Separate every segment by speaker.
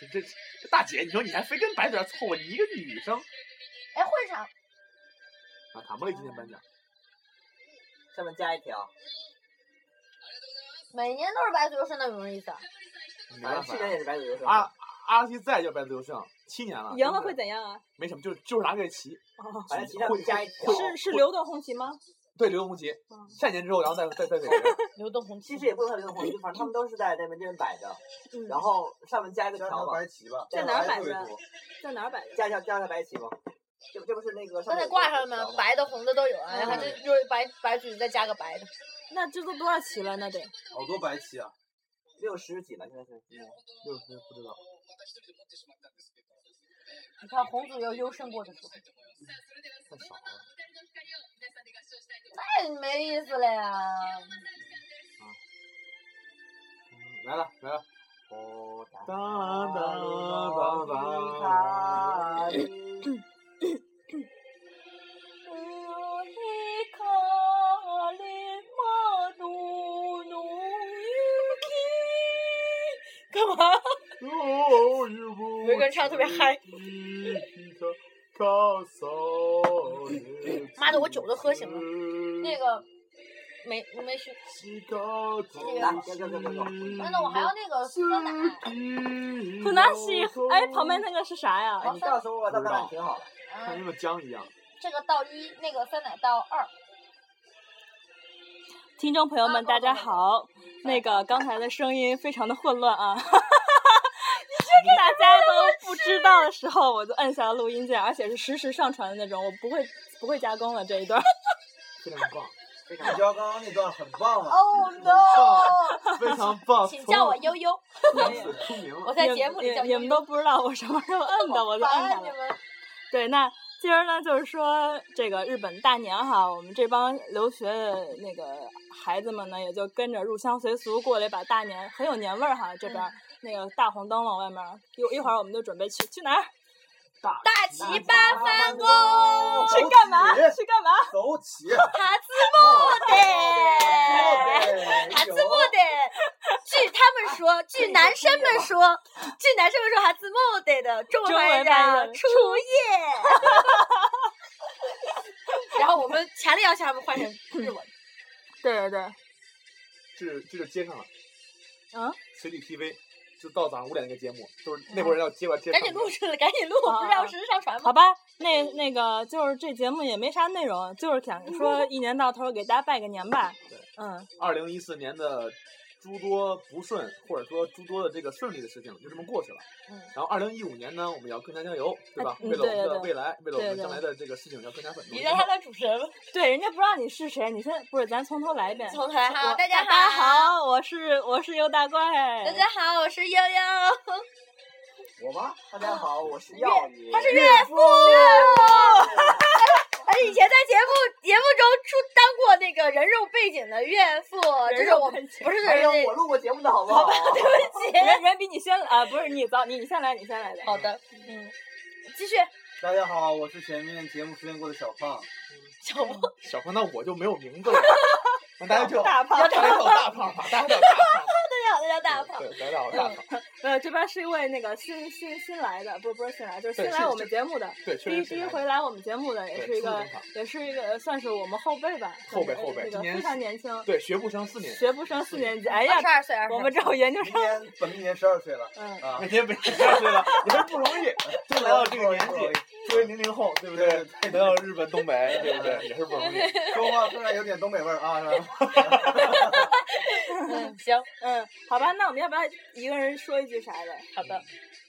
Speaker 1: 这这这大姐，你说你还非跟白嘴儿凑合，你一个女生
Speaker 2: 哎，会场
Speaker 1: 啊，谈不了今天颁奖。
Speaker 3: 上面加一条，
Speaker 2: 每年都是白左右圣诞羽绒一次，
Speaker 1: 没
Speaker 3: 反正
Speaker 1: 办法
Speaker 3: 去年也是白左右生。
Speaker 1: 啊，阿拉西再叫白左右胜，七年了。
Speaker 4: 赢
Speaker 1: 真
Speaker 4: 了
Speaker 1: 的
Speaker 4: 会怎样啊？
Speaker 1: 没什么，就是就是拿这个旗，
Speaker 4: 哦，
Speaker 3: 反正其他
Speaker 1: 会
Speaker 3: 加一条，
Speaker 4: 是是流动红旗吗？
Speaker 1: 对刘洪旗
Speaker 4: 嗯，
Speaker 1: 下一年之后，然后再再再给人。
Speaker 2: 流动红
Speaker 3: 其实也不能算流动红旗，反正他们都是在那边这边摆着，然后上面加一个条嘛，
Speaker 5: 白旗吧，
Speaker 4: 在哪儿
Speaker 3: 白
Speaker 4: 摆
Speaker 5: 特别
Speaker 4: 的
Speaker 5: 多
Speaker 4: 在哪儿摆的？
Speaker 3: 加一条加一条白旗嘛，这这不是那个
Speaker 2: 刚
Speaker 3: 面
Speaker 2: 才
Speaker 3: 有个
Speaker 2: 挂上了
Speaker 3: 条
Speaker 2: 吗？
Speaker 3: 嘛
Speaker 2: 白的、红的都有啊，
Speaker 4: 嗯
Speaker 2: 然后这就是白白橘子再加个白的，
Speaker 4: 那这都多少旗了？那得
Speaker 5: 好多白旗啊！
Speaker 3: 六十几吧，现在是。嗯
Speaker 1: 六十不知道，
Speaker 2: 你看红组有优胜过的时候，
Speaker 1: 太少了。
Speaker 2: 太没意思了呀！
Speaker 1: 嗯来了来了，
Speaker 3: 哦，哒当
Speaker 1: 当当
Speaker 3: 当
Speaker 1: 当
Speaker 3: 当
Speaker 1: 当。
Speaker 4: 干嘛？
Speaker 1: 有
Speaker 2: 一个人唱得特别嗨。妈的我酒都喝醒了那个没没事，
Speaker 3: 来别别别别别
Speaker 4: 嗯
Speaker 2: 那那我还要那个酸奶，
Speaker 4: 普纳西，哎，旁边那个是啥呀？
Speaker 3: 哎，你告诉我，我到那挺好的。
Speaker 1: 看
Speaker 2: 嗯，
Speaker 1: 跟个姜一样，
Speaker 2: 这个到一，那个酸奶到二，
Speaker 4: 听众朋友们，
Speaker 2: 啊
Speaker 4: 大家好。那个刚才的声音非常的混乱啊， 大家都不知道的时候，我就摁下了录音键，而且是实时上传的那种，我不会不会加工了这一段。
Speaker 1: 非常棒，
Speaker 3: 非常
Speaker 5: 你知道刚刚那段很棒啊！
Speaker 2: Oh no！
Speaker 1: 非常棒，
Speaker 2: 请叫我
Speaker 1: 从
Speaker 2: 悠悠，
Speaker 1: 从此出名
Speaker 2: 我
Speaker 1: 了。
Speaker 2: 在节目里叫
Speaker 4: 你你
Speaker 2: 悠
Speaker 4: 们
Speaker 2: 悠。
Speaker 4: 都不知道我什么时候摁的，我就摁
Speaker 2: 烦
Speaker 4: 下
Speaker 2: 啊
Speaker 4: 了
Speaker 2: 你。们！
Speaker 4: 对，那今儿呢，就是说这个日本大年哈，我们这帮留学的那个孩子们呢，也就跟着入乡随俗过了一把大年，很有年味儿哈。这
Speaker 2: 嗯
Speaker 4: 边、儿那个大红灯笼外面儿，一一会儿我们就准备去去哪儿？
Speaker 1: 大
Speaker 2: 大齐八方功，
Speaker 4: 去干嘛？
Speaker 5: 走起
Speaker 4: 去干嘛？
Speaker 5: 走起！
Speaker 2: 哈兹莫德，哈兹
Speaker 5: 对，
Speaker 2: 莫德。据他们说，据男生们说，据男生们说，哈兹莫德的中文
Speaker 4: 中
Speaker 2: 翻译
Speaker 4: 文
Speaker 2: 叫“
Speaker 4: 翻译
Speaker 2: 初夜”。然后我们强烈要求他们换成日文。
Speaker 4: 对对对，
Speaker 1: 这是这是接上了，
Speaker 4: 嗯，
Speaker 1: 随地 TV，就到早上五点那个节目，就是那会儿要接过来接上的。
Speaker 2: 赶紧录出来，赶紧录，
Speaker 4: 啊
Speaker 2: 不是要实时上传吗
Speaker 4: 好？吧，那那个就是这节目也没啥内容，就是想说一年到头给大家拜个年吧
Speaker 1: 对。
Speaker 4: 嗯，
Speaker 1: 二零一四年的诸多不顺，或者说诸多的这个顺利的事情，就这么过去了。
Speaker 4: 嗯
Speaker 1: 然后二零一五年呢，我们要更加加油，对吧？
Speaker 4: 嗯
Speaker 1: 为了我们
Speaker 4: 对
Speaker 1: 的
Speaker 4: 对
Speaker 1: 未来，为了我
Speaker 4: 对
Speaker 1: 们
Speaker 4: 对
Speaker 1: 将来的这个事情要更加奋斗。
Speaker 2: 你让他当主持人吧。
Speaker 4: 对，人家不知道你是谁，你先不是，咱从头来一遍。
Speaker 2: 从头来哈，
Speaker 4: 我
Speaker 2: 大家
Speaker 4: 大家，好，我是我是尤大怪。
Speaker 2: 大家好，我是悠悠。
Speaker 3: 我吗？大家好，我是耀宇。
Speaker 2: 啊他是岳父，他哎是以前在节目节目中出当过那个人肉背景的岳父，就
Speaker 4: 人
Speaker 2: 是
Speaker 4: 肉
Speaker 2: 我
Speaker 4: 背景哎
Speaker 2: 不是
Speaker 3: 还
Speaker 2: 人
Speaker 3: 有
Speaker 2: 肉
Speaker 3: 哎我录过节目的好不好？
Speaker 2: 对不起。
Speaker 4: 人人比你先啊、不是你早，你你先来，你先来的。
Speaker 2: 好的，嗯，继续。
Speaker 5: 大家好，我是前面节目出现过的小胖。
Speaker 2: 小 莫，
Speaker 1: 小胖，那我就没有名字了，那大家就
Speaker 4: 大胖
Speaker 1: 大家叫我大胖吧，大家叫我大
Speaker 2: 大家好，大家大
Speaker 1: 胖
Speaker 2: 胖
Speaker 1: 吧，，对，大家叫我大胖，
Speaker 4: 呃，这边是一位那个新新新来的，不不是新来，就是
Speaker 1: 对
Speaker 4: 新来
Speaker 1: 是
Speaker 4: 我们
Speaker 1: 是
Speaker 4: 节目的，
Speaker 1: 对，确
Speaker 4: 第一
Speaker 1: 实
Speaker 4: 第一
Speaker 1: 是
Speaker 4: 回来我们节目的，也
Speaker 1: 对
Speaker 4: 是一
Speaker 1: 初
Speaker 4: 个
Speaker 1: 中吧
Speaker 4: 也是一个呃算是我们后辈吧，
Speaker 1: 后辈
Speaker 4: 算是呃
Speaker 1: 后辈
Speaker 4: 那
Speaker 1: 今
Speaker 4: 个
Speaker 1: 年
Speaker 4: 非常年轻，
Speaker 1: 对学步生四年，啊
Speaker 4: 学不生四年级，哎呀
Speaker 2: 二十，二岁，二十
Speaker 4: 我们这有研究
Speaker 5: 今
Speaker 4: 生，
Speaker 5: 年本命年十二岁了
Speaker 4: 嗯，
Speaker 5: 啊
Speaker 1: 每！天每天太岁了，也是不容易，都来到这个年纪，作为零零后，对不对？来到日本东北，对不对？也是不 容易。
Speaker 5: 说话突然有点东北味儿啊！是吧
Speaker 2: 嗯，行，
Speaker 4: 嗯，好吧，那我们要不要一个人说一句啥的？
Speaker 2: 好的。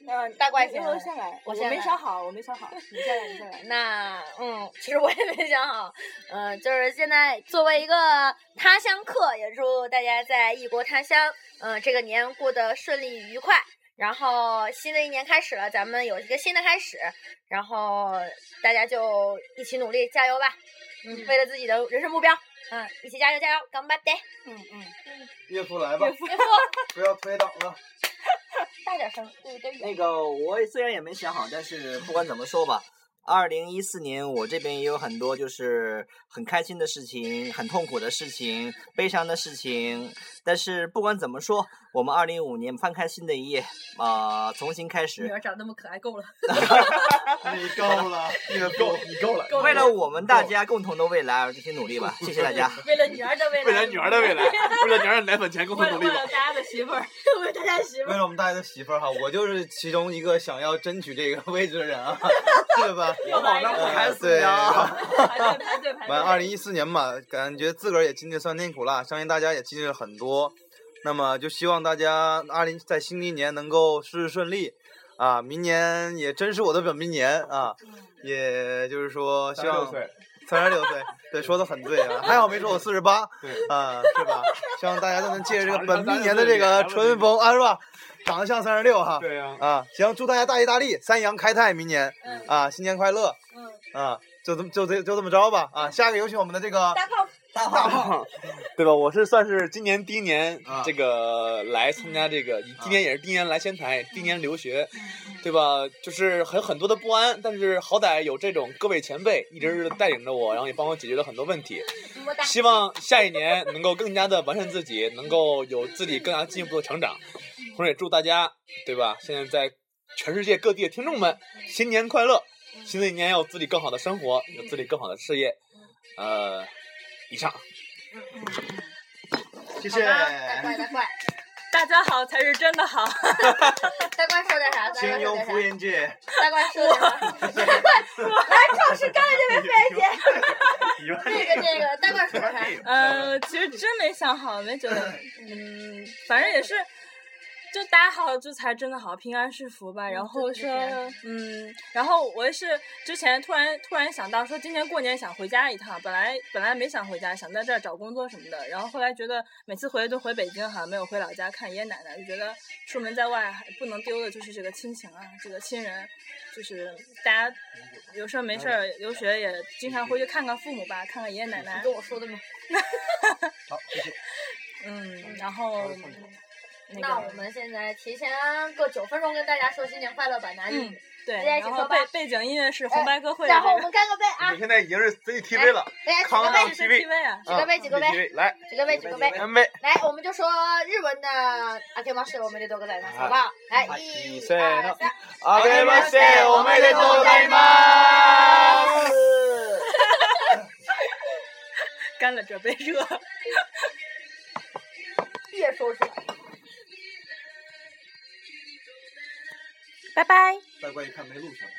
Speaker 4: 嗯，
Speaker 2: 大怪先
Speaker 4: 先
Speaker 2: 来
Speaker 4: 先来，
Speaker 2: 我
Speaker 4: 我
Speaker 2: 先
Speaker 4: 没
Speaker 2: 来
Speaker 4: 想好，我没想好，你先来，你先来。
Speaker 2: 那嗯，其实我也没想好，嗯、就是现在作为一个他乡客，也祝大家在异国他乡，嗯、这个年过得顺利愉快。然后新的一年开始了，咱们有一个新的开始，然后大家就一起努力加油吧，嗯，为了自己的人生目标，嗯，一起加油加油，干巴爹！
Speaker 4: 嗯嗯，
Speaker 5: 岳父来吧，
Speaker 2: 岳父，
Speaker 5: 不要推挡了。
Speaker 2: 大点声，对有点远。
Speaker 3: 那个，我虽然也没想好，但是不管怎么说吧，
Speaker 6: 二零一四年，我这边也有很多就是很开心的事情、很痛苦的事情、悲伤的事情。但是不管怎么说，我们二零一五年翻开新的一页，啊、重新开始。
Speaker 7: 女儿长那么可爱，够了。
Speaker 5: 你够了，你
Speaker 1: 够
Speaker 5: 够，
Speaker 1: 你够了，
Speaker 7: 够
Speaker 6: 为了我们大家共同的未来而这些努力吧，谢谢大家。
Speaker 7: 为了女儿的未来，
Speaker 1: 为了女儿的未来，为了女儿的奶粉钱共同
Speaker 4: 为了
Speaker 1: 努力
Speaker 4: 为
Speaker 1: 吧
Speaker 4: 了。大家的媳妇儿，
Speaker 7: 为了大家媳妇
Speaker 5: 为
Speaker 7: 儿。
Speaker 5: 了我们大家的媳妇儿哈，我就是其中一个想要争取这个 位置的人啊，对 吧？呃
Speaker 4: 又
Speaker 1: 哦
Speaker 4: 来一
Speaker 6: 那
Speaker 4: 个
Speaker 6: 我还死
Speaker 5: 对
Speaker 6: 呀！
Speaker 4: 排队排队排队。
Speaker 5: 完，二零一四年嘛，感觉自个儿也经历酸甜苦辣，相信大家也经历了很多。那么就希望大家二零在新的一年能够事事顺利，啊，明年也真是我的本命年啊，也就是说希望
Speaker 1: 36岁，
Speaker 5: 三十六岁，对，说的很对啊，还好没说我四十八，
Speaker 1: 对
Speaker 5: 啊，是吧？希望大家都能借着这个本命年
Speaker 1: 长得像
Speaker 5: 的这
Speaker 1: 36
Speaker 5: 个
Speaker 1: 岁
Speaker 5: 春风啊，是吧？长得像三十六哈，
Speaker 1: 对呀，
Speaker 5: 啊，行，祝大家大吉大利，三阳开泰，明年
Speaker 7: 嗯
Speaker 5: 啊，新年快乐
Speaker 7: 嗯，
Speaker 5: 啊，就这么就这就这么着吧啊，下一个有请我们的这个
Speaker 7: 大胖
Speaker 5: 大胖，
Speaker 1: 对吧？我是算是今年第一年
Speaker 5: 啊
Speaker 1: 这个来参加这个，今年也是第一年来仙台，第一年留学，对吧？就是很很多的不安，但是好歹有这种各位前辈一直带领着我，然后也帮我解决了很多问题。
Speaker 2: 么么哒。
Speaker 1: 希望下一年能够更加的完善自己，能够有自己更加进一步的成长。同时也祝大家，对吧？现在在全世界各地的听众们，新年快乐！新的一年有自己更好的生活，有自己更好的事业。呃，以上。
Speaker 5: 谢
Speaker 2: 好
Speaker 5: 谢。
Speaker 2: 吧大怪大怪，
Speaker 4: 大家好才是真的好。
Speaker 2: 大怪说点啥？大怪
Speaker 5: 清
Speaker 2: 说
Speaker 5: 幽
Speaker 2: 点啥
Speaker 5: 福？音界，
Speaker 2: 大怪说点啥？来，赵是干了这位飞姐。这个这个，大怪说点啥？
Speaker 4: 呃，其实真没想好，没觉得，嗯，反正也是，就大家好，这才真的好，平安是福吧。然后说，嗯，然后我也是之前突然突然想到说，今年过年想回家一趟，本来本来没想回家，想在这儿找工作什么的。然后后来觉得每次回都回北京，好像没有回老家看爷爷奶奶，就觉得出门在外还不能丢的就是这个亲情啊，这个亲人，就是大家有事儿没事儿留学也经常回去看看父母吧，看看爷爷奶奶。
Speaker 2: 跟我说的吗？
Speaker 5: 好，谢谢。
Speaker 4: 嗯，然后 那
Speaker 2: 那
Speaker 4: 个
Speaker 2: 我们现在提前各九分钟跟大家说新年快乐吧，拿一
Speaker 4: 嗯对，
Speaker 2: 大家一起
Speaker 4: 然
Speaker 2: 说
Speaker 4: 后
Speaker 2: 吧哎
Speaker 4: 背背景音乐是红白歌会的
Speaker 2: 然后我
Speaker 4: 这个，
Speaker 2: 们干个杯
Speaker 5: 哎
Speaker 2: 啊！
Speaker 1: 现在已经是 CCTV 了，
Speaker 2: 大家举个
Speaker 1: 康
Speaker 2: 杯
Speaker 1: 纳，
Speaker 4: 这是
Speaker 1: TV
Speaker 4: TV 啊，
Speaker 2: 举个杯，举个杯，
Speaker 1: CCTV 来，
Speaker 2: 举个杯，举个杯。
Speaker 1: 干杯！
Speaker 2: 来，我们就说日文的阿 K マシ我们得多个赞赏，好不好？来，啊一、
Speaker 1: せーの
Speaker 2: 二、三。
Speaker 1: あ
Speaker 2: けましておめでとうございま
Speaker 4: 干了这杯热。
Speaker 2: 别说出来。
Speaker 4: 拜拜。
Speaker 5: 大怪一看没录上。